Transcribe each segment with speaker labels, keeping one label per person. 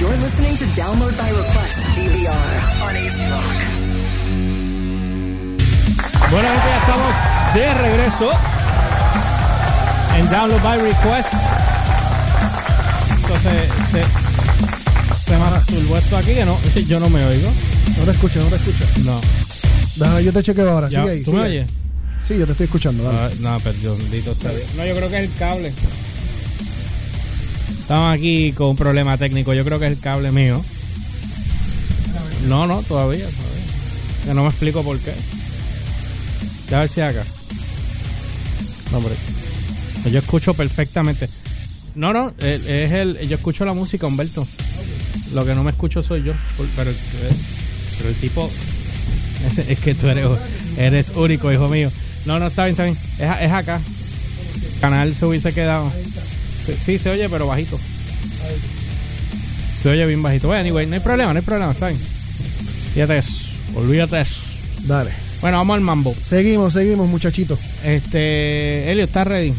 Speaker 1: You're listening to Download by Request DVR on AC Rock.
Speaker 2: Bueno, gente, ya estamos de regreso en Download by Request. Entonces, se, se me masturbó esto aquí que no, yo no me oigo.
Speaker 3: No te escucho, no te escucho.
Speaker 2: No.
Speaker 3: Deja, yo te chequeo ahora.
Speaker 2: Ya,
Speaker 3: sigue ahí.
Speaker 2: ¿Tú
Speaker 3: sigue
Speaker 2: me
Speaker 3: ahí.
Speaker 2: oyes?
Speaker 3: Sí, yo te estoy escuchando. Dale.
Speaker 2: Ah, no, perdóndito sea Dios. No, yo creo que es el cable. Estamos aquí con un problema técnico. Yo creo que es el cable mío. No, no, todavía. todavía. Que no me explico por qué. Ya a ver si acá. No, hombre. Yo escucho perfectamente. No, no, el- es el, yo escucho la música, Humberto. Lo que no me escucho soy yo. por- Pero, el- pero el tipo es, es que tú eres, eres único, hijo mío. No, no, está bien, está bien. Es, a- es acá. El canal se hubiese quedado. Sí, sí, se oye, pero bajito. Se oye bien bajito. Bueno, anyway, no hay problema, no hay problema, está bien. Fíjate eso. Olvídate eso.
Speaker 3: Dale.
Speaker 2: Bueno, vamos al mambo.
Speaker 3: Seguimos, seguimos, muchachito.
Speaker 2: Este, Elio, ¿estás ready?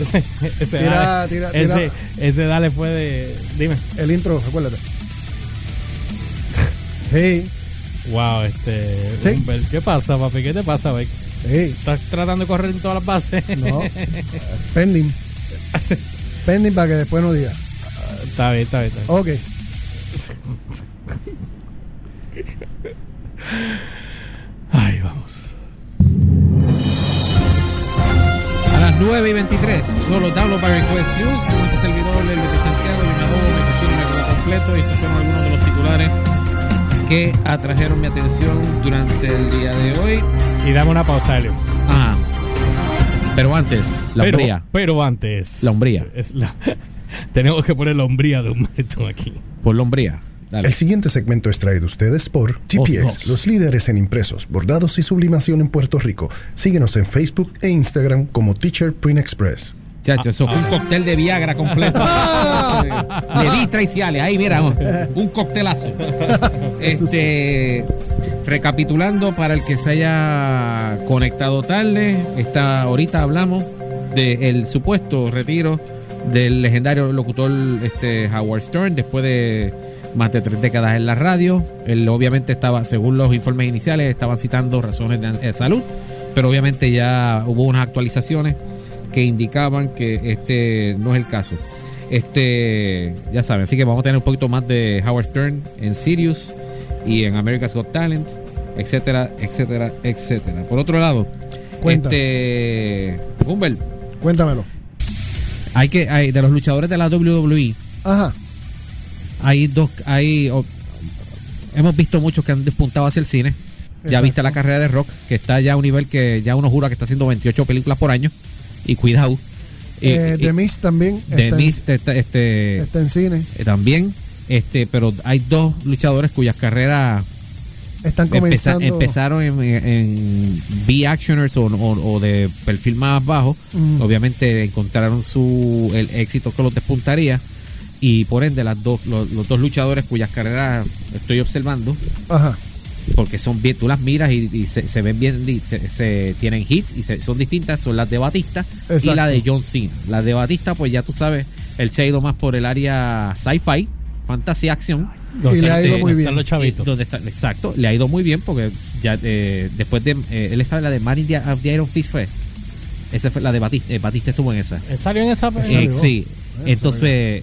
Speaker 2: Ese, ese
Speaker 3: Tira,
Speaker 2: dale,
Speaker 3: tira, tira.
Speaker 2: ese, ese dale fue de. Dime.
Speaker 3: El intro, acuérdate. Hey,
Speaker 2: Wow, este.
Speaker 3: Sí.
Speaker 2: Humbert, ¿Qué pasa, papi? ¿Qué te pasa, Beck?
Speaker 3: hey,
Speaker 2: ¿Estás tratando de correr en todas las bases?
Speaker 3: no. Pending. Pending para que después no diga.
Speaker 2: Está bien, está bien, está bien.
Speaker 3: Ok.
Speaker 2: Ay, vamos.
Speaker 4: A las 9 y 23, solo Download by Request News, con este servidor, el de Santiago, y una doble versión en el completo. Y estos fueron algunos de los titulares que atrajeron mi atención durante el día de hoy.
Speaker 2: Y dame una pausa, Elio.
Speaker 4: Ah, pero antes, la
Speaker 2: pero,
Speaker 4: hombría.
Speaker 2: Pero antes.
Speaker 4: La hombría.
Speaker 2: Es la- tenemos que poner la hombría de Humberto aquí.
Speaker 4: Por la hombría. Dale.
Speaker 5: El siguiente segmento es traído a ustedes
Speaker 2: Oh,
Speaker 5: por GPX,
Speaker 4: no.
Speaker 5: los líderes en impresos, bordados y sublimación en Puerto Rico. Síguenos en Facebook e Instagram como Teacher Print Express.
Speaker 4: Chacho, eso fue un cóctel de Viagra completo. Le di tres ciales. Ahí, mira, un coctelazo. Este, recapitulando, para el que se haya conectado tarde, está, ahorita hablamos del supuesto retiro del legendario locutor este, Howard Stern después de más de tres décadas en la radio. Él obviamente estaba, según los informes iniciales, estaba citando razones de de salud, pero obviamente ya hubo unas actualizaciones que indicaban que este no es el caso. Este, ya saben, así que vamos a tener un poquito más de Howard Stern en Sirius y en America's Got Talent, etcétera, etcétera, etcétera. Por otro lado,
Speaker 3: Cuéntame.
Speaker 4: este Humbert,
Speaker 3: Cuéntamelo.
Speaker 4: hay que hay, de los luchadores de la WWE
Speaker 3: Ajá.
Speaker 4: hay dos hay o- hemos visto muchos que han despuntado hacia el cine ya
Speaker 3: Exacto.
Speaker 4: viste la carrera de Rock que está ya a un nivel que ya uno jura que está haciendo 28 películas por año y cuidado y,
Speaker 3: Eh,
Speaker 4: y-
Speaker 3: The Mist también.
Speaker 4: The
Speaker 3: está en-
Speaker 4: Mist está- este,
Speaker 3: Está en cine.
Speaker 4: eh, también este pero hay dos luchadores cuyas carreras
Speaker 3: Están
Speaker 4: empeza-
Speaker 3: comenzando.
Speaker 4: empezaron en, en B-Actioners o, o- o de perfil más bajo.
Speaker 3: Mm.
Speaker 4: Obviamente encontraron su el éxito que los despuntaría. Y por ende, las dos, los, los dos luchadores cuyas carreras estoy observando,
Speaker 3: Ajá.
Speaker 4: porque son bien, tú las miras y, y se, se ven bien, di- se, se tienen hits y se- son distintas, son las de Batista
Speaker 3: Exacto.
Speaker 4: y la de John Cena. La de Batista, pues ya tú sabes, él se ha ido más por el área sci-fi, fantasy, acción.
Speaker 3: Y le ha ido
Speaker 2: Este,
Speaker 3: muy
Speaker 2: están
Speaker 3: bien.
Speaker 2: los chavitos.
Speaker 4: Donde está, exacto, le ha ido muy bien porque ya eh, después de. eh, él estaba en la de Man in the- of the Iron Fist, fue. Esa fue la de Batista. eh, Batista estuvo en esa.
Speaker 2: Él Salió en esa.
Speaker 4: Eh,
Speaker 3: salió.
Speaker 4: sí.
Speaker 3: Bueno,
Speaker 4: Entonces,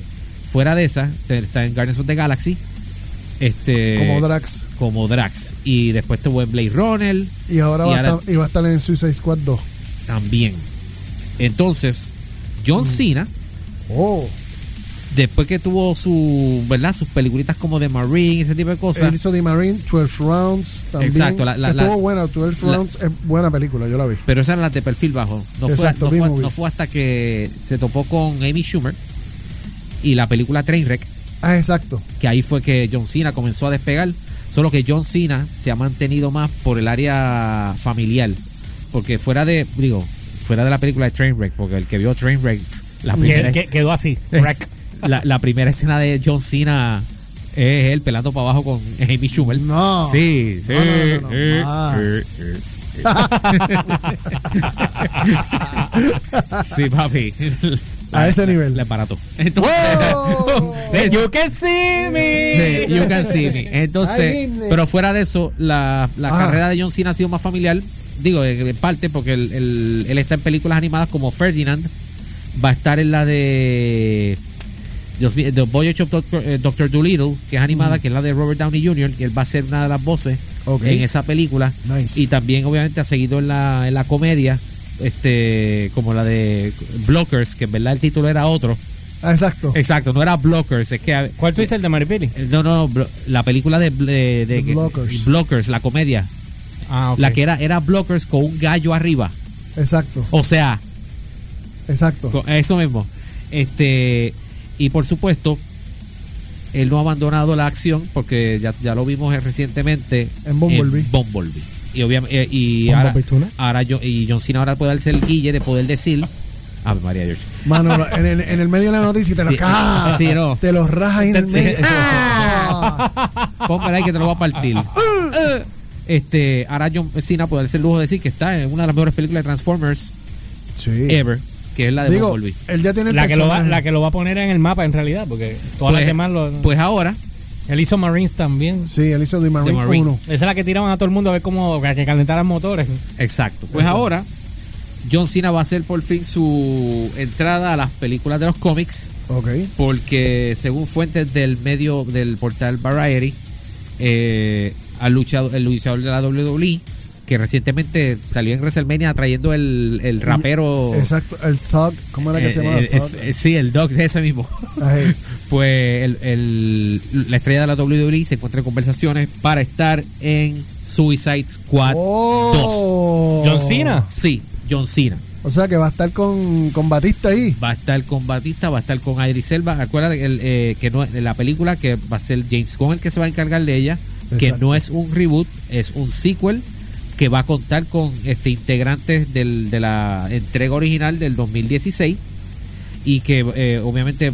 Speaker 4: fuera de esa, te- está en Guardians of the Galaxy. Este,
Speaker 3: Como Drax.
Speaker 4: como Drax. Y después estuvo en Blade Runner
Speaker 3: Y ahora,
Speaker 4: y
Speaker 3: va,
Speaker 4: ahora-
Speaker 3: a estar, y va a estar en Suicide Squad 2.
Speaker 4: también. Entonces, John Cena.
Speaker 3: Oh.
Speaker 4: Después que tuvo su, ¿verdad? sus peliculitas como The Marine y ese tipo de cosas.
Speaker 3: Él hizo The Marine, 12 Rounds también.
Speaker 4: Exacto, la- la-
Speaker 3: Que estuvo
Speaker 4: la-
Speaker 3: buena, 12
Speaker 4: la-
Speaker 3: Rounds es buena película, yo la vi.
Speaker 4: Pero esas eran las de perfil bajo. No, fue-
Speaker 3: Exacto,
Speaker 4: no fue,
Speaker 3: B-movie.
Speaker 4: no fue hasta que se topó con Amy Schumer y la película Trainwreck,
Speaker 3: Ah, exacto.
Speaker 4: que ahí fue que John Cena comenzó a despegar. Solo que John Cena se ha mantenido más por el área familiar. Porque fuera de, digo, fuera de la película de Trainwreck, porque el que vio Trainwreck, la primera
Speaker 2: Que- que- quedó así. Rack.
Speaker 4: la, la primera escena de John Cena es él pelando para abajo con Amy Schumer.
Speaker 3: No.
Speaker 4: Sí, sí.
Speaker 3: No, no, no, no.
Speaker 4: eh,
Speaker 3: Ah.
Speaker 4: eh, eh, eh. sí, papi.
Speaker 3: A ese nivel.
Speaker 4: Le aparato. Entonces,
Speaker 2: You can see me.
Speaker 4: de You Can See Me. Entonces,
Speaker 3: Ay, Disney.
Speaker 4: pero fuera de eso, la, la
Speaker 3: Ah.
Speaker 4: carrera de John Cena ha sido más familiar. Digo, en en parte porque él, él- él está en películas animadas como Ferdinand. Va a estar en la de. Dios mío, The Voyage of Doctor, eh, Doctor Dolittle, que es animada, que es la de Robert Downey Jr., que él va a ser una de las voces
Speaker 3: Mm. Ok.
Speaker 4: en esa película.
Speaker 3: Nice.
Speaker 4: Y también, obviamente, ha seguido en la, en la comedia, este como la de Blockers, que en verdad el título era otro.
Speaker 3: Ah, exacto.
Speaker 4: Exacto, no era Blockers, es que
Speaker 2: ¿Cuál tú dices el de Maripili?
Speaker 4: eh, No, no, bro- la película de, de- de-
Speaker 3: The Blockers.
Speaker 4: Blockers, la comedia.
Speaker 2: Ah, ok.
Speaker 4: La que era, era Blockers con un gallo arriba.
Speaker 3: Exacto.
Speaker 4: O sea,
Speaker 3: Exacto.
Speaker 4: con- eso mismo. Este, y por supuesto, él no ha abandonado la acción porque ya, ya lo vimos eh, recientemente
Speaker 3: En Bumblebee.
Speaker 4: Bumblebee. Y obviamente, y ahora,
Speaker 2: Bumblebee Tuna.
Speaker 4: ahora yo, y John Cena ahora puede darse el guille de poder decir. A ver, María George.
Speaker 3: Mano, no, en, el, en el medio de la noticia te
Speaker 4: Sí,
Speaker 3: los cajas.
Speaker 4: sí, no.
Speaker 3: Te los rajas ahí en el
Speaker 4: Sí.
Speaker 3: medio. Ah.
Speaker 4: Póngale ahí que te lo va a partir. Este, ahora John Cena puede darse el lujo de decir que está en una de las mejores películas de Transformers
Speaker 3: Sí.
Speaker 4: ever, que es la Eh, de
Speaker 3: Digo,
Speaker 4: Bumblebee.
Speaker 3: él ya tiene el
Speaker 2: La que, lo va,
Speaker 3: personaje.
Speaker 2: la que lo va a poner en el mapa en realidad, porque todas las
Speaker 4: Pues,
Speaker 2: demás lo.
Speaker 4: pues ahora,
Speaker 2: él hizo Marines también.
Speaker 3: Sí, él hizo The Marine,
Speaker 4: Marine.
Speaker 3: 1.
Speaker 2: Esa es la que tiraban a todo el mundo a ver cómo para que calentaran motores.
Speaker 4: exacto, pues ahora John Cena va a hacer por fin su entrada a las películas de los cómics,
Speaker 3: Ok.
Speaker 4: porque según fuentes del medio del portal Variety, eh, al luchado- el luchador de la WWE, que recientemente salió en WrestleMania trayendo el, el rapero.
Speaker 3: Exacto. El Thug. ¿Cómo era que
Speaker 4: Eh,
Speaker 3: se llamaba?
Speaker 4: eh,
Speaker 3: Thug. Ah, eh.
Speaker 4: eh, sí, el Doc de ese mismo.
Speaker 3: Ahí.
Speaker 4: Pues el- el- la estrella de la WWE se encuentra en conversaciones para estar en Suicide Squad 2.
Speaker 3: Oh.
Speaker 2: John Cena.
Speaker 4: Sí, John Cena.
Speaker 3: O sea que va a estar con, con Batista ahí.
Speaker 4: Va a estar con Batista, va a estar con Idris Elba. Acuérdate el, eh, que no, de la película que va a ser James Gunn el que se va a encargar de ella. Que
Speaker 3: Exacto.
Speaker 4: no es un reboot, es un sequel que va a contar con este integrantes del- de la entrega original del 2016 y que eh, obviamente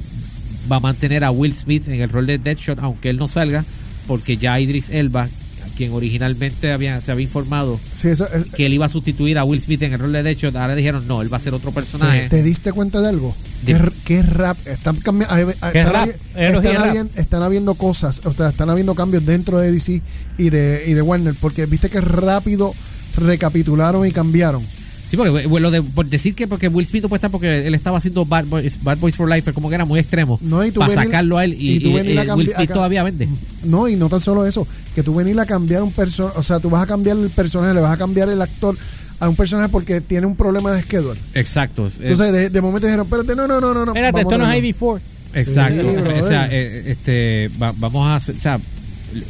Speaker 4: va a mantener a Will Smith en el rol de Deadshot aunque él no salga porque ya Idris Elba quien originalmente había, se había informado
Speaker 3: Sí, eso. es-
Speaker 4: que él iba a sustituir a Will Smith en el rol de Deadshot ahora dijeron no, él va a ser otro personaje
Speaker 3: ¿Te diste cuenta de algo?
Speaker 4: De-
Speaker 3: ¿Qué, r- qué rap? Están cambiando.
Speaker 2: ¿Qué
Speaker 3: están,
Speaker 2: rap?
Speaker 3: habi-
Speaker 2: Eros y
Speaker 3: están
Speaker 2: el
Speaker 3: habien- están habiendo cosas, o sea, están habiendo cambios dentro de DC y de, y de Warner, porque viste que rápido recapitularon y cambiaron.
Speaker 4: Sí, porque eh, lo de, por decir que porque Will Smith no puede estar porque él estaba haciendo Bad Boys, Bad Boys for Life, como que era muy extremo.
Speaker 3: No, y tú
Speaker 4: para
Speaker 3: venir-
Speaker 4: sacarlo a él y,
Speaker 3: y tú
Speaker 4: y-
Speaker 3: venir
Speaker 4: y
Speaker 3: a Mm. cambi-
Speaker 4: Will Smith
Speaker 3: acá-
Speaker 4: todavía vende.
Speaker 3: No, y no tan solo eso, que tú venir a cambiar un personaje, o sea, tú vas a cambiar el personaje, le vas a cambiar el actor a un personaje porque tiene un problema de schedule.
Speaker 4: Exacto. eh,
Speaker 3: Entonces, de, de momento dijeron, espérate, no, no, no, no. no
Speaker 2: Espérate,
Speaker 3: vamos
Speaker 2: esto no
Speaker 3: a
Speaker 2: es
Speaker 3: tener-
Speaker 2: ID4.
Speaker 4: exacto.
Speaker 3: Sí, brother.
Speaker 4: o sea, eh, este, va- vamos a hacer, o sea,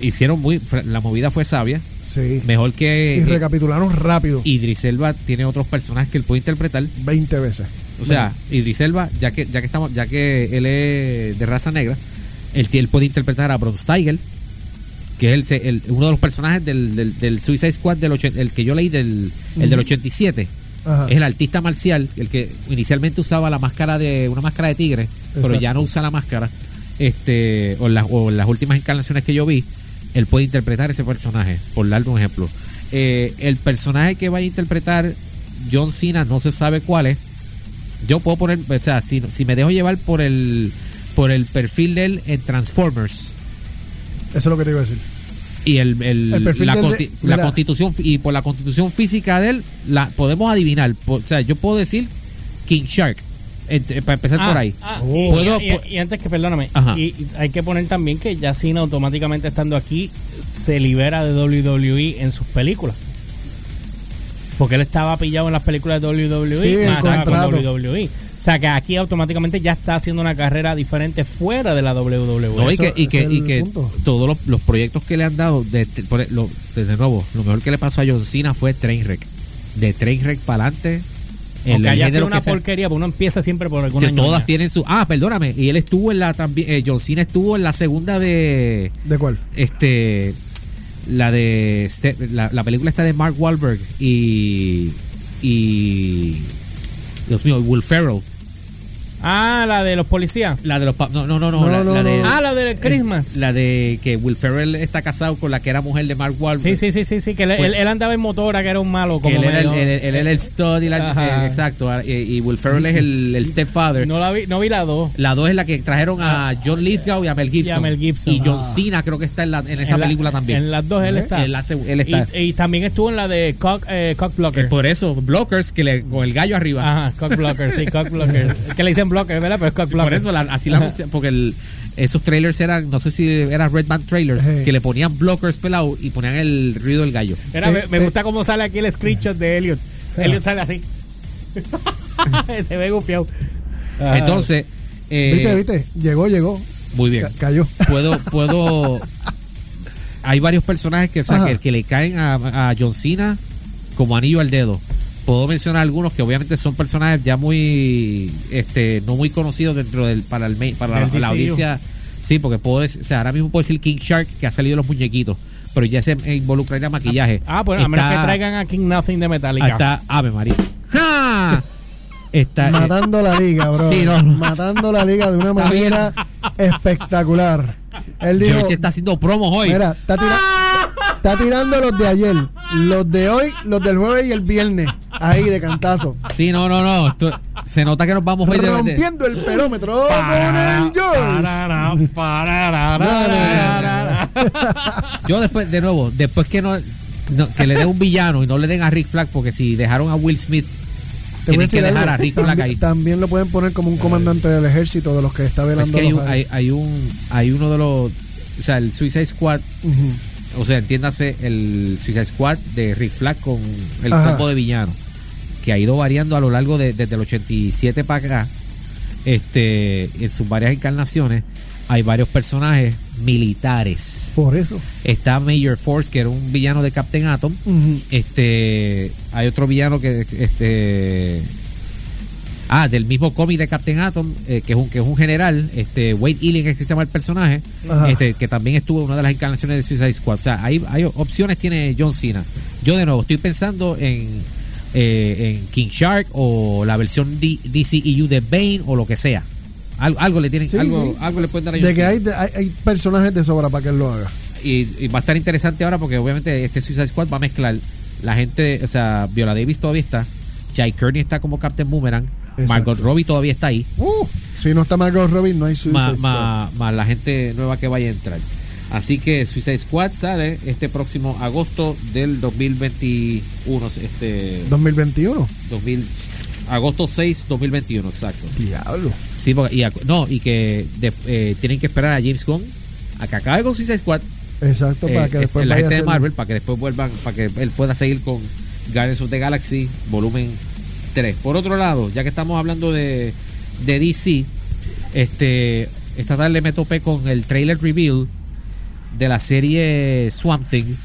Speaker 4: hicieron muy, la movida fue sabia,
Speaker 3: Sí.
Speaker 4: mejor
Speaker 3: Y
Speaker 4: que eh,
Speaker 3: recapitularon rápido,
Speaker 4: Idris Elba tiene otros personajes que él puede interpretar.
Speaker 3: 20 veces.
Speaker 4: O sea, Idris Elba, ya que, ya que estamos, ya que él es de raza negra, él, él puede interpretar a Bron Steiger, que es el se- el- uno de los personajes del, del- del Suicide Squad del ochen- el que yo leí del, el del 87.
Speaker 3: Ajá.
Speaker 4: Es el artista marcial, el que inicialmente usaba la máscara de, una máscara de tigre, pero
Speaker 3: Exacto.
Speaker 4: ya no usa la máscara. Este, o las, o las últimas encarnaciones que yo vi, él puede interpretar ese personaje, por darle un ejemplo. Eh, el personaje que vaya a interpretar John Cena no se sabe cuál es. Yo puedo poner, o sea, si, si me dejo llevar por el por el perfil de él en Transformers
Speaker 3: Eso es lo que te iba a decir.
Speaker 4: y el, el-
Speaker 3: El perfil
Speaker 4: la,
Speaker 3: del
Speaker 4: consti-
Speaker 3: de-
Speaker 4: la
Speaker 3: mira.
Speaker 4: constitución y por la constitución física de él la podemos adivinar Po- o sea yo puedo decir King Shark Ent- para empezar por ahí
Speaker 2: Ah,
Speaker 4: Oh.
Speaker 2: y-
Speaker 4: Puedo-
Speaker 2: y, y antes que perdóname,
Speaker 4: Ajá.
Speaker 2: y, y hay que poner también que Yacina automáticamente estando aquí se libera de WWE en sus películas. Porque él estaba pillado en las películas de WWE,
Speaker 3: Sí, el
Speaker 2: más estaba
Speaker 3: contrato.
Speaker 2: con WWE. O sea que aquí automáticamente ya está haciendo una carrera diferente fuera de la E. WWE.
Speaker 4: No, y
Speaker 3: eso
Speaker 4: que, y
Speaker 3: es
Speaker 4: que, y
Speaker 3: el
Speaker 4: que
Speaker 3: punto.
Speaker 4: todos los, los proyectos que le han dado de, de- por- e, lo- de- de nuevo lo mejor que le pasó a John Cena fue Trainwreck de Trainwreck para adelante el-
Speaker 2: Aunque
Speaker 4: el
Speaker 2: haya sido
Speaker 4: género
Speaker 2: una
Speaker 4: que sea.
Speaker 2: porquería, porque uno empieza siempre por alguna
Speaker 4: Que todas
Speaker 2: ñoña.
Speaker 4: tienen su ah perdóname y él estuvo en la también eh, John Cena estuvo en la segunda de
Speaker 3: ¿De cuál?
Speaker 4: este la de este- la, la película está de Mark Wahlberg y y Dios mío Will Ferrell
Speaker 2: Ah, la de los policías.
Speaker 4: La de los pa- no, no, no, no,
Speaker 3: No,
Speaker 4: la,
Speaker 3: no,
Speaker 4: la de
Speaker 3: no.
Speaker 2: Ah, la de Christmas.
Speaker 4: la de que Will Ferrell está casado con la que era mujer de Mark
Speaker 2: Sí,
Speaker 4: Wahlberg.
Speaker 2: sí, sí, sí, sí, que él, él- él andaba en motora, que era un malo.
Speaker 4: Pues- Que
Speaker 2: Como
Speaker 4: él era el,
Speaker 2: medio-
Speaker 4: él- él era el stud y la-
Speaker 2: Ajá.
Speaker 4: eh, exacto. ah, eh, Y Will Ferrell es el, el stepfather.
Speaker 2: no, la vi, no vi la dos.
Speaker 4: La dos es la que trajeron a John Lithgow y a Mel Gibson.
Speaker 2: Y a Mel Gibson.
Speaker 4: Y John
Speaker 2: Ah.
Speaker 4: Cena creo que está en, la- en esa
Speaker 2: En la-
Speaker 4: película también. Eh,
Speaker 2: En las dos él
Speaker 4: Él
Speaker 2: está.
Speaker 4: hace- él está.
Speaker 2: Y, y también estuvo en la de Cock, eh, Cock Blocker.
Speaker 4: Por eso, Blockers, que le, con el gallo arriba.
Speaker 2: Ajá, Cock Blocker, sí, Cock Blocker. que le dicen Blocker, ¿verdad? Pero es Cock
Speaker 4: Sí,
Speaker 2: Blocker.
Speaker 4: Por eso, la- así la
Speaker 2: Ajá.
Speaker 4: anuncia- porque el- esos trailers eran, no sé si eran Red Band trailers,
Speaker 3: Sí.
Speaker 4: que le ponían blockers pelado y ponían el ruido del gallo.
Speaker 2: Mira, me, me
Speaker 3: Eh, eh.
Speaker 2: gusta cómo sale aquí el screenshot de Elliot.
Speaker 4: eh.
Speaker 2: Elliot sale así. Se ve gufiado.
Speaker 4: Entonces, eh,
Speaker 3: Viste, viste, llegó, llegó.
Speaker 4: muy bien.
Speaker 3: Ca- cayó.
Speaker 4: Puedo, puedo. Hay varios personajes que, o sea,
Speaker 3: Ajá.
Speaker 4: que, que le caen a, a John Cena como anillo al dedo. Puedo mencionar algunos que obviamente son personajes ya muy, este, no muy conocidos dentro del para el main- para
Speaker 2: Del
Speaker 4: la, la
Speaker 2: DCU.
Speaker 4: audiencia. Sí, porque puedo, decir- o sea, ahora mismo puedo decir King Shark que ha salido de los muñequitos, pero ya se involucraría maquillaje.
Speaker 2: Ah, bueno, a menos
Speaker 4: Está-
Speaker 2: que traigan a King Nothing de Metallica.
Speaker 4: Está Ave María. ¡Ja! Está. eh,
Speaker 3: Matando la liga, bro.
Speaker 4: Sí, no, no.
Speaker 3: Matando la liga de una
Speaker 4: Está bien.
Speaker 3: manera espectacular. Él dijo,
Speaker 4: George está haciendo promos hoy. ¡Ah!
Speaker 3: mira, está, tira- está tirando los de ayer, los de hoy, los del jueves y el viernes. Ahí de cantazo.
Speaker 4: Sí, no, no, no. Esto- se nota que nos vamos hoy de- de,
Speaker 3: Rompiendo el perómetro con el George.
Speaker 2: Parará, parará, parará.
Speaker 4: Yo después, de nuevo, después que no, no- que le den un villano y no le den a Rick Flag, porque si dejaron a Will Smith,
Speaker 3: Te voy a decir
Speaker 4: tienen que dejar
Speaker 3: algo,
Speaker 4: a Rick Flag ahí.
Speaker 3: también, también lo pueden poner como un comandante del ejército de los que está velando.
Speaker 4: Pues Es que hay,
Speaker 3: los-
Speaker 4: un, hay, hay un, hay uno de los, o sea, el Suicide Squad,
Speaker 3: Ujú.
Speaker 4: o sea, entiéndase el Suicide Squad de Rick Flag con el
Speaker 3: Ajá.
Speaker 4: combo de villano, que ha ido variando a lo largo de, desde el 87 para acá, este, en sus varias encarnaciones, hay varios personajes militares.
Speaker 3: Por eso.
Speaker 4: Está Major Force, que era un villano de Captain Atom.
Speaker 3: Ujú.
Speaker 4: Este, hay otro villano que este ah, del mismo cómic de Captain Atom, eh, que es un que es un general, este Wade Ealing es que se llama el personaje,
Speaker 3: Ajá.
Speaker 4: este que también estuvo en una de las encarnaciones de Suicide Squad. O sea, hay, hay opciones tiene John Cena. Yo de nuevo estoy pensando en eh, en King Shark o la versión D- DCEU de Bane o lo que sea. Al- Algo, le tienen,
Speaker 3: Sí,
Speaker 4: algo,
Speaker 3: sí.
Speaker 4: algo le pueden dar a John
Speaker 3: De que
Speaker 4: Cena.
Speaker 3: hay, de- hay, hay personajes de sobra para que él lo haga.
Speaker 4: Y, y va a estar interesante ahora porque obviamente este Suicide Squad va a mezclar la gente, o sea, Viola Davis todavía está, Jai Kearney está como Captain Boomerang,
Speaker 3: Exacto.
Speaker 4: Margot Robbie todavía está ahí,
Speaker 3: Uh, si no está Margot Robbie, no hay Suicide
Speaker 4: más
Speaker 3: Squad.
Speaker 4: la gente nueva que vaya a entrar. Así que Suicide Squad sale este próximo agosto del 2021, este
Speaker 3: 2021.
Speaker 4: 2000 agosto 6 2021, exacto.
Speaker 3: Diablo.
Speaker 4: Sí, porque, y, acu- no, y que de- eh, tienen que esperar a James Gunn a que acabe con Suicide Squad
Speaker 3: Exacto, para que
Speaker 4: eh,
Speaker 3: después
Speaker 4: la
Speaker 3: vaya a
Speaker 4: gente de
Speaker 3: hacer-
Speaker 4: Marvel para que después vuelvan para que él pueda seguir con Guardians of the Galaxy volumen 3 por otro lado ya que estamos hablando de, de DC este esta tarde me topé con el trailer reveal de la serie Swamp Thing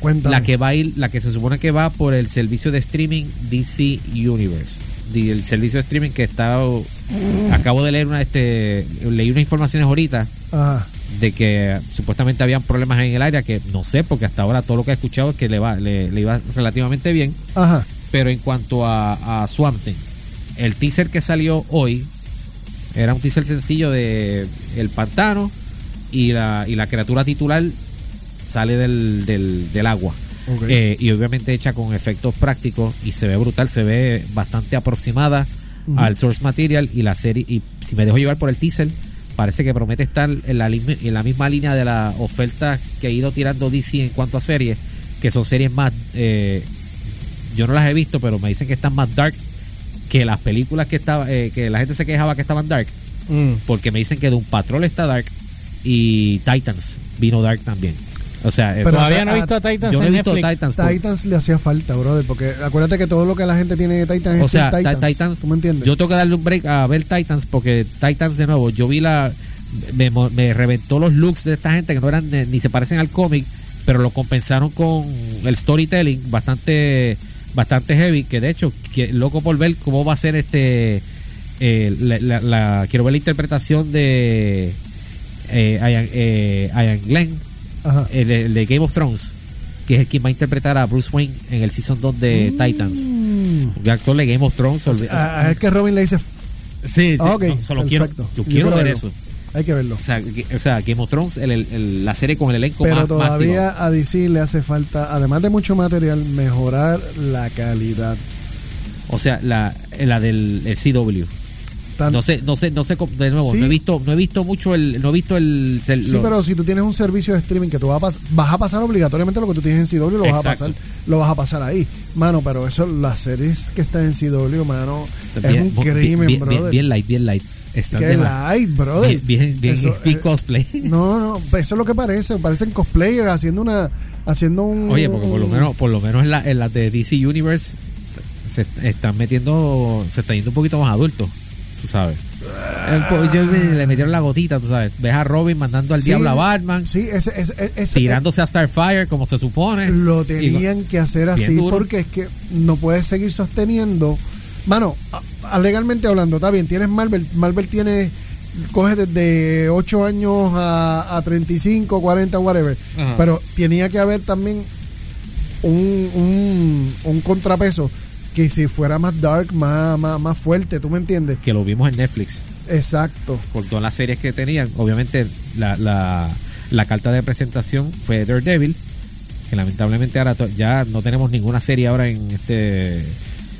Speaker 3: Cuéntame.
Speaker 4: la que va a ir la que se supone que va por el servicio de streaming DC Universe Di- el servicio de streaming que está acabo de leer una este leí unas informaciones ahorita
Speaker 3: Ajá.
Speaker 4: de que supuestamente habían problemas en el área que no sé porque hasta ahora todo lo que he escuchado es que le va le, le iba relativamente bien
Speaker 3: Ajá.
Speaker 4: pero en cuanto a, a Swamp Thing, el teaser que salió hoy era un teaser sencillo de el pantano y la, y la criatura titular sale del, del- del agua.
Speaker 3: Ok.
Speaker 4: Eh, y obviamente hecha con efectos prácticos y se ve brutal, se ve bastante aproximada al source material y la serie. Y si me dejo llevar por el teaser, parece que promete estar en la, lim- en la misma línea de la oferta que ha ido tirando DC en cuanto a series, que son series más eh, yo no las he visto, pero me dicen que están más dark que las películas que estaba, eh, que la gente se quejaba que estaban dark,
Speaker 2: Mm.
Speaker 4: porque me dicen que de un patrol está dark y Titans vino dark también. O sea, eh,
Speaker 3: Pero
Speaker 2: Todavía no he
Speaker 3: ah,
Speaker 2: visto a Titans
Speaker 4: yo no he
Speaker 2: en
Speaker 4: visto
Speaker 2: Netflix.
Speaker 4: Titans. por-
Speaker 3: Titans le hacía falta, brother, porque acuérdate que todo lo que la gente tiene de Titans
Speaker 4: o
Speaker 3: es
Speaker 4: sea,
Speaker 3: Teen
Speaker 4: Ti-
Speaker 3: Titans.
Speaker 4: Titans.
Speaker 3: ¿Tú me entiendes?
Speaker 4: Yo tengo que darle un break a ver Titans porque Titans de nuevo, yo vi la me, mo- me reventó los looks de esta gente que no eran ni, ni se parecen al cómic, pero lo compensaron con el storytelling bastante bastante heavy, que de hecho, que, loco por ver cómo va a ser este eh, la, la- la- quiero ver la interpretación de eh, Ian, eh, Ian Glenn,
Speaker 3: Ajá.
Speaker 4: el, el de Game of Thrones, que es el quien va a interpretar a Bruce Wayne en el season 2 de Titans.
Speaker 3: Mm.
Speaker 4: El actor de Game of Thrones. olvi-
Speaker 3: Ah, es que Robin le dice,
Speaker 4: ah, Sí, sí.
Speaker 3: Ah, ok,
Speaker 4: no, solo quiero,
Speaker 3: perfecto.
Speaker 4: yo quiero ver
Speaker 3: verlo.
Speaker 4: eso.
Speaker 3: Hay que verlo.
Speaker 4: O sea, que- o sea, Game of Thrones, el- el- el- la serie con el elenco
Speaker 3: Pero
Speaker 4: más, más activado.
Speaker 3: todavía a DC le hace falta, además de mucho material, mejorar la calidad.
Speaker 4: O sea, la, la del el CW.
Speaker 3: Tan-
Speaker 4: No sé, no sé, no sé, cómo- de nuevo,
Speaker 3: Sí.
Speaker 4: no he visto, no he visto mucho el, no he visto el, el-
Speaker 3: Sí,
Speaker 4: lo-
Speaker 3: pero si tú tienes un servicio de streaming que tú vas a, pas- vas a pasar obligatoriamente lo que tú tienes en CW, lo vas, a
Speaker 4: Exacto.
Speaker 3: pasar, lo vas a pasar ahí. Mano, pero eso, las series que están en CW, mano, es
Speaker 4: bien-
Speaker 3: un
Speaker 4: bien-
Speaker 3: crimen,
Speaker 4: bien,
Speaker 3: brother.
Speaker 4: bien- bien light, bien light. Están
Speaker 3: Qué
Speaker 4: de más.
Speaker 3: light, brother.
Speaker 4: Bien- bien- bien
Speaker 3: Eso,
Speaker 4: speed
Speaker 3: eh,
Speaker 4: cosplay.
Speaker 3: No, no, eso es lo que parece. Parecen cosplayers haciendo una. Haciendo un.
Speaker 4: Oye, porque por lo menos, por lo menos en la, en las de DC Universe se est- están metiendo, se están yendo un poquito más adultos, tú sabes. El po- yo- le metieron la gotita, tú sabes. Ves a Robin mandando al
Speaker 3: Sí,
Speaker 4: diablo a Batman,
Speaker 3: Sí, ese. ese, ese- ese-
Speaker 4: tirándose a Starfire como se supone.
Speaker 3: Lo
Speaker 4: Y-
Speaker 3: tenían que hacer
Speaker 4: Bien
Speaker 3: así
Speaker 4: duro.
Speaker 3: porque es que no puedes seguir sosteniendo. Mano, a- a- legalmente hablando, está bien, tienes Marvel. Marvel tiene. Coge desde 8 años a, a 35, 40, whatever.
Speaker 4: Ajá.
Speaker 3: Pero tenía que haber también un, un, un contrapeso que si fuera más dark, más, más, más fuerte, ¿tú me entiendes?
Speaker 4: que lo vimos en Netflix,
Speaker 3: Exacto.
Speaker 4: con todas las series que tenían. Obviamente, la, la, la carta de presentación fue Daredevil, que lamentablemente ahora to- ya no tenemos ninguna serie ahora en este.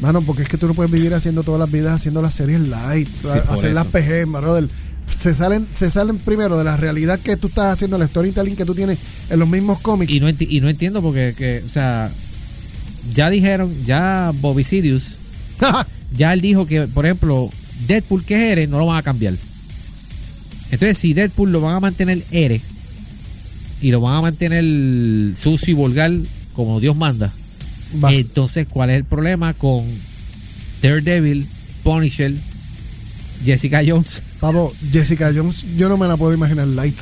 Speaker 3: Mano, porque es que tú no puedes vivir haciendo todas las vidas haciendo las series light,
Speaker 4: Sí,
Speaker 3: a-
Speaker 4: por
Speaker 3: hacer las
Speaker 4: eso.
Speaker 3: PG, mano, del- se salen se salen primero de la realidad que tú estás haciendo, el storytelling que tú tienes en los mismos cómics.
Speaker 4: y no, enti- y no entiendo porque, que, o sea, ya dijeron, ya Bobby Sidious, ya él dijo que, por ejemplo, Deadpool que es Ere, no lo van a cambiar. Entonces, si Deadpool lo van a mantener Ere y lo van a mantener sucio y vulgar como Dios manda,
Speaker 3: Vas-
Speaker 4: entonces, ¿cuál es el problema con Daredevil, Punisher, Jessica Jones?
Speaker 3: Pavo, Jessica Jones, yo no me la puedo imaginar light.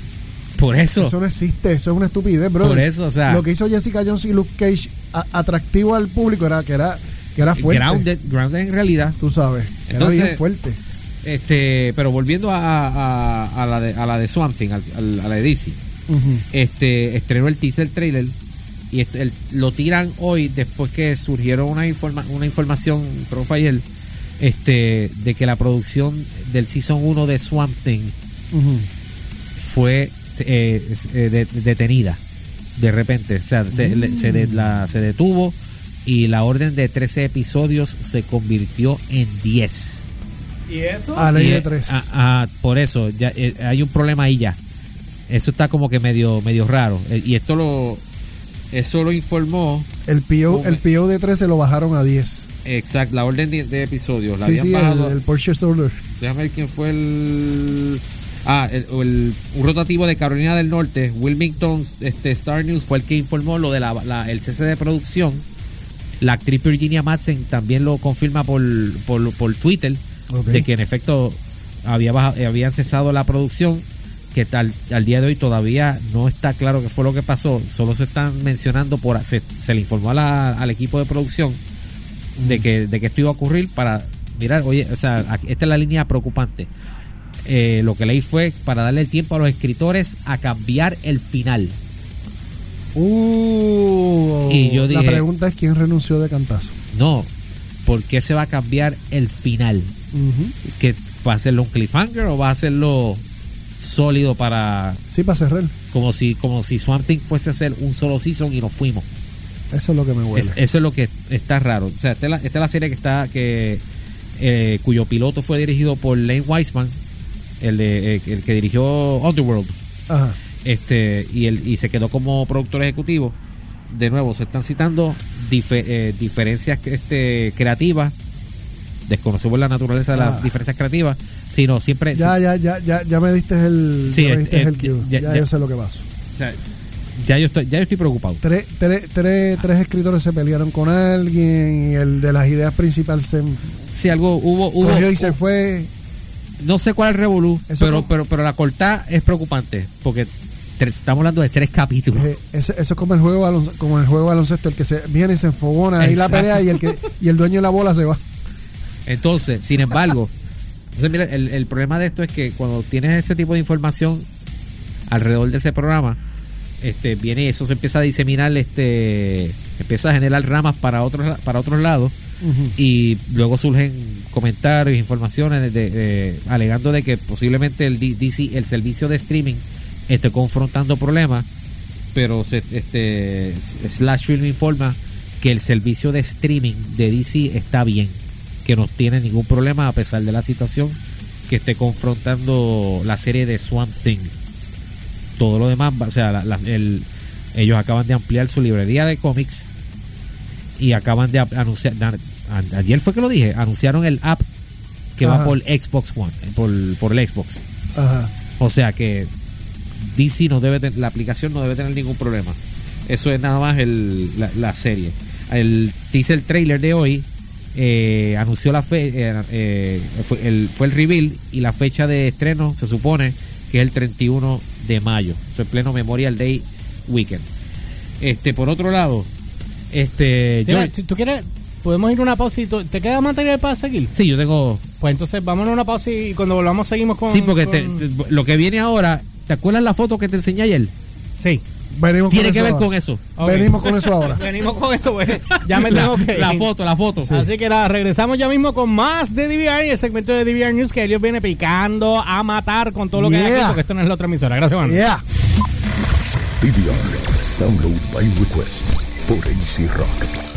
Speaker 4: Por eso.
Speaker 3: Eso no existe, eso es una estupidez, bro.
Speaker 4: Por eso, o sea-
Speaker 3: Lo que hizo Jessica Jones y Luke Cage a- atractivo al público era que era, que era fuerte.
Speaker 4: grounded, grounded en realidad.
Speaker 3: Tú sabes, era
Speaker 4: Entonces-
Speaker 3: bien fuerte.
Speaker 4: Este, pero volviendo a, a- a la, de, a la de Swamp Thing, al- al- a la de DC,
Speaker 3: Ujú.
Speaker 4: este, estrenó el teaser trailer y esto- el- lo tiran hoy después que surgieron una, informa- una información, profe, ayer, este, de que la producción del Season 1 de Swamp Thing
Speaker 3: Ujú.
Speaker 4: fue eh, es- eh, de- detenida de repente. O sea, se, le- se de- la- se detuvo y la orden de 13 episodios se convirtió en 10.
Speaker 2: ¿Y eso?
Speaker 3: A ley
Speaker 4: Y,
Speaker 3: de
Speaker 4: eh,
Speaker 3: tres.
Speaker 4: ah, ah, por eso, ya, eh, hay un problema ahí ya. Eso está como que medio, medio raro. Eh, y esto lo. Eso lo informó.
Speaker 3: El PO,
Speaker 4: un-
Speaker 3: el PO de 13 lo bajaron a 10.
Speaker 4: Exacto, la orden de, de episodios. La
Speaker 3: Sí,
Speaker 4: habían
Speaker 3: sí, el,
Speaker 4: bajado.
Speaker 3: el purchase order.
Speaker 4: Déjame ver quién fue el. Ah, el, o el- un rotativo de Carolina del Norte, Wilmington este, Star News, fue el que informó lo del de la- la- el cese de producción. La actriz Virginia Madsen también lo confirma por, por, por Twitter,
Speaker 3: Ok.
Speaker 4: de que en efecto había baja- eh, habían cesado la producción, que tal, al día de hoy todavía no está claro qué fue lo que pasó, solo se están mencionando, por se, se le informó a la- al equipo de producción de que, de que esto iba a ocurrir para mirar, oye, o sea, aquí- esta es la línea preocupante. Eh, lo que leí fue para darle el tiempo a los escritores a cambiar el final.
Speaker 3: Uh,
Speaker 4: Y yo
Speaker 3: la
Speaker 4: dije-
Speaker 3: pregunta es quién renunció de cantazo.
Speaker 4: No, ¿por qué se va a cambiar el final? ¿Que va a hacerlo un cliffhanger o va a hacerlo sólido para
Speaker 3: Sí, para cerrar.
Speaker 4: como si como si Swamp Thing fuese a hacer un solo season y nos fuimos?
Speaker 3: Eso es lo que me huele.
Speaker 4: Es- eh, eso es lo que está raro. O sea, esta es la, esta es la serie que está que eh, cuyo piloto fue dirigido por Lane Wiseman, el, de- eh, el que dirigió Underworld,
Speaker 3: Ajá.
Speaker 4: este y el y se quedó como productor ejecutivo. De nuevo, se están citando dife- eh, diferencias este, creativas. Desconocemos la naturaleza de las
Speaker 3: Ah.
Speaker 4: diferencias creativas, sino siempre
Speaker 3: Ya, ya, ya, ya, ya me diste el.
Speaker 4: Sí,
Speaker 3: ya me
Speaker 4: eh,
Speaker 3: diste
Speaker 4: eh,
Speaker 3: el cue. Ya,
Speaker 4: ya- ya-
Speaker 3: yo sé lo que pasó.
Speaker 4: o sea, ya yo estoy ya yo estoy preocupado.
Speaker 3: Tres, tres, tres, tres escritores se pelearon con alguien y el de las ideas principales se
Speaker 4: Si algo hubo hubo
Speaker 3: cogió y se fue.
Speaker 4: No sé cuál es el revolú,
Speaker 3: Eso
Speaker 4: pero,
Speaker 3: no-
Speaker 4: pero, pero la cortada es preocupante, porque tre- estamos hablando de tres capítulos.
Speaker 3: Eh, ese- eso es como el juego de balon- como el juego de baloncesto, el que se viene y se enfogona ahí la
Speaker 4: Exacto.
Speaker 3: pelea y el que y el dueño de la bola se va.
Speaker 4: Entonces, sin embargo, entonces mira, el, el problema de esto es que cuando tienes ese tipo de información alrededor de ese programa, este viene y eso se empieza a diseminar, este empieza a generar ramas para otros para otros lados y luego surgen comentarios, informaciones de- de- alegando de que posiblemente el, D- DC, el servicio de streaming esté confrontando problemas, pero se, este, Slash Film informa que el servicio de streaming de DC está bien, que no tiene ningún problema a pesar de la situación que esté confrontando la serie de Swamp Thing todo lo demás, va- o sea, la- la- el- ellos acaban de ampliar su librería de cómics y acaban de ap- anunciar, na- a- ayer fue que lo dije, anunciaron el app que
Speaker 3: Ajá.
Speaker 4: va por Xbox One, eh, por, por el Xbox.
Speaker 3: Ajá.
Speaker 4: O sea que DC no debe ten- la aplicación no debe tener ningún problema. Eso es nada más el- la, la serie. El teaser trailer de hoy eh, anunció la fe, eh, eh, fue, el, fue el reveal y la fecha de estreno se supone que es el 31 de mayo. Eso es pleno Memorial Day Weekend. Este, por otro lado, este,
Speaker 2: Sí,
Speaker 4: George-
Speaker 2: ¿tú, tú quieres? ¿Podemos ir a una pausa y tú- te queda material para seguir?
Speaker 4: sí, yo tengo
Speaker 2: Pues entonces vámonos a una pausa y cuando volvamos seguimos con...
Speaker 4: sí porque te-
Speaker 2: con-
Speaker 4: te- lo que viene ahora, ¿te acuerdas la foto que te enseñé ayer?
Speaker 2: Sí.
Speaker 3: Venimos
Speaker 4: Tiene que ver
Speaker 3: ahora.
Speaker 4: con eso.
Speaker 2: Ok.
Speaker 3: Venimos con eso ahora.
Speaker 2: Venimos con eso, pues. güey. Ya me tengo que
Speaker 4: La
Speaker 2: ir.
Speaker 4: foto, la foto.
Speaker 2: Así que nada, regresamos ya mismo con más de DVR y el segmento de DVR News que Dios viene picando a matar con todo lo que hay aquí
Speaker 3: Yeah.
Speaker 2: porque esto no es la otra emisora. Gracias, Manuel.
Speaker 3: Yeah.
Speaker 5: DVR, download by request por AC Rock.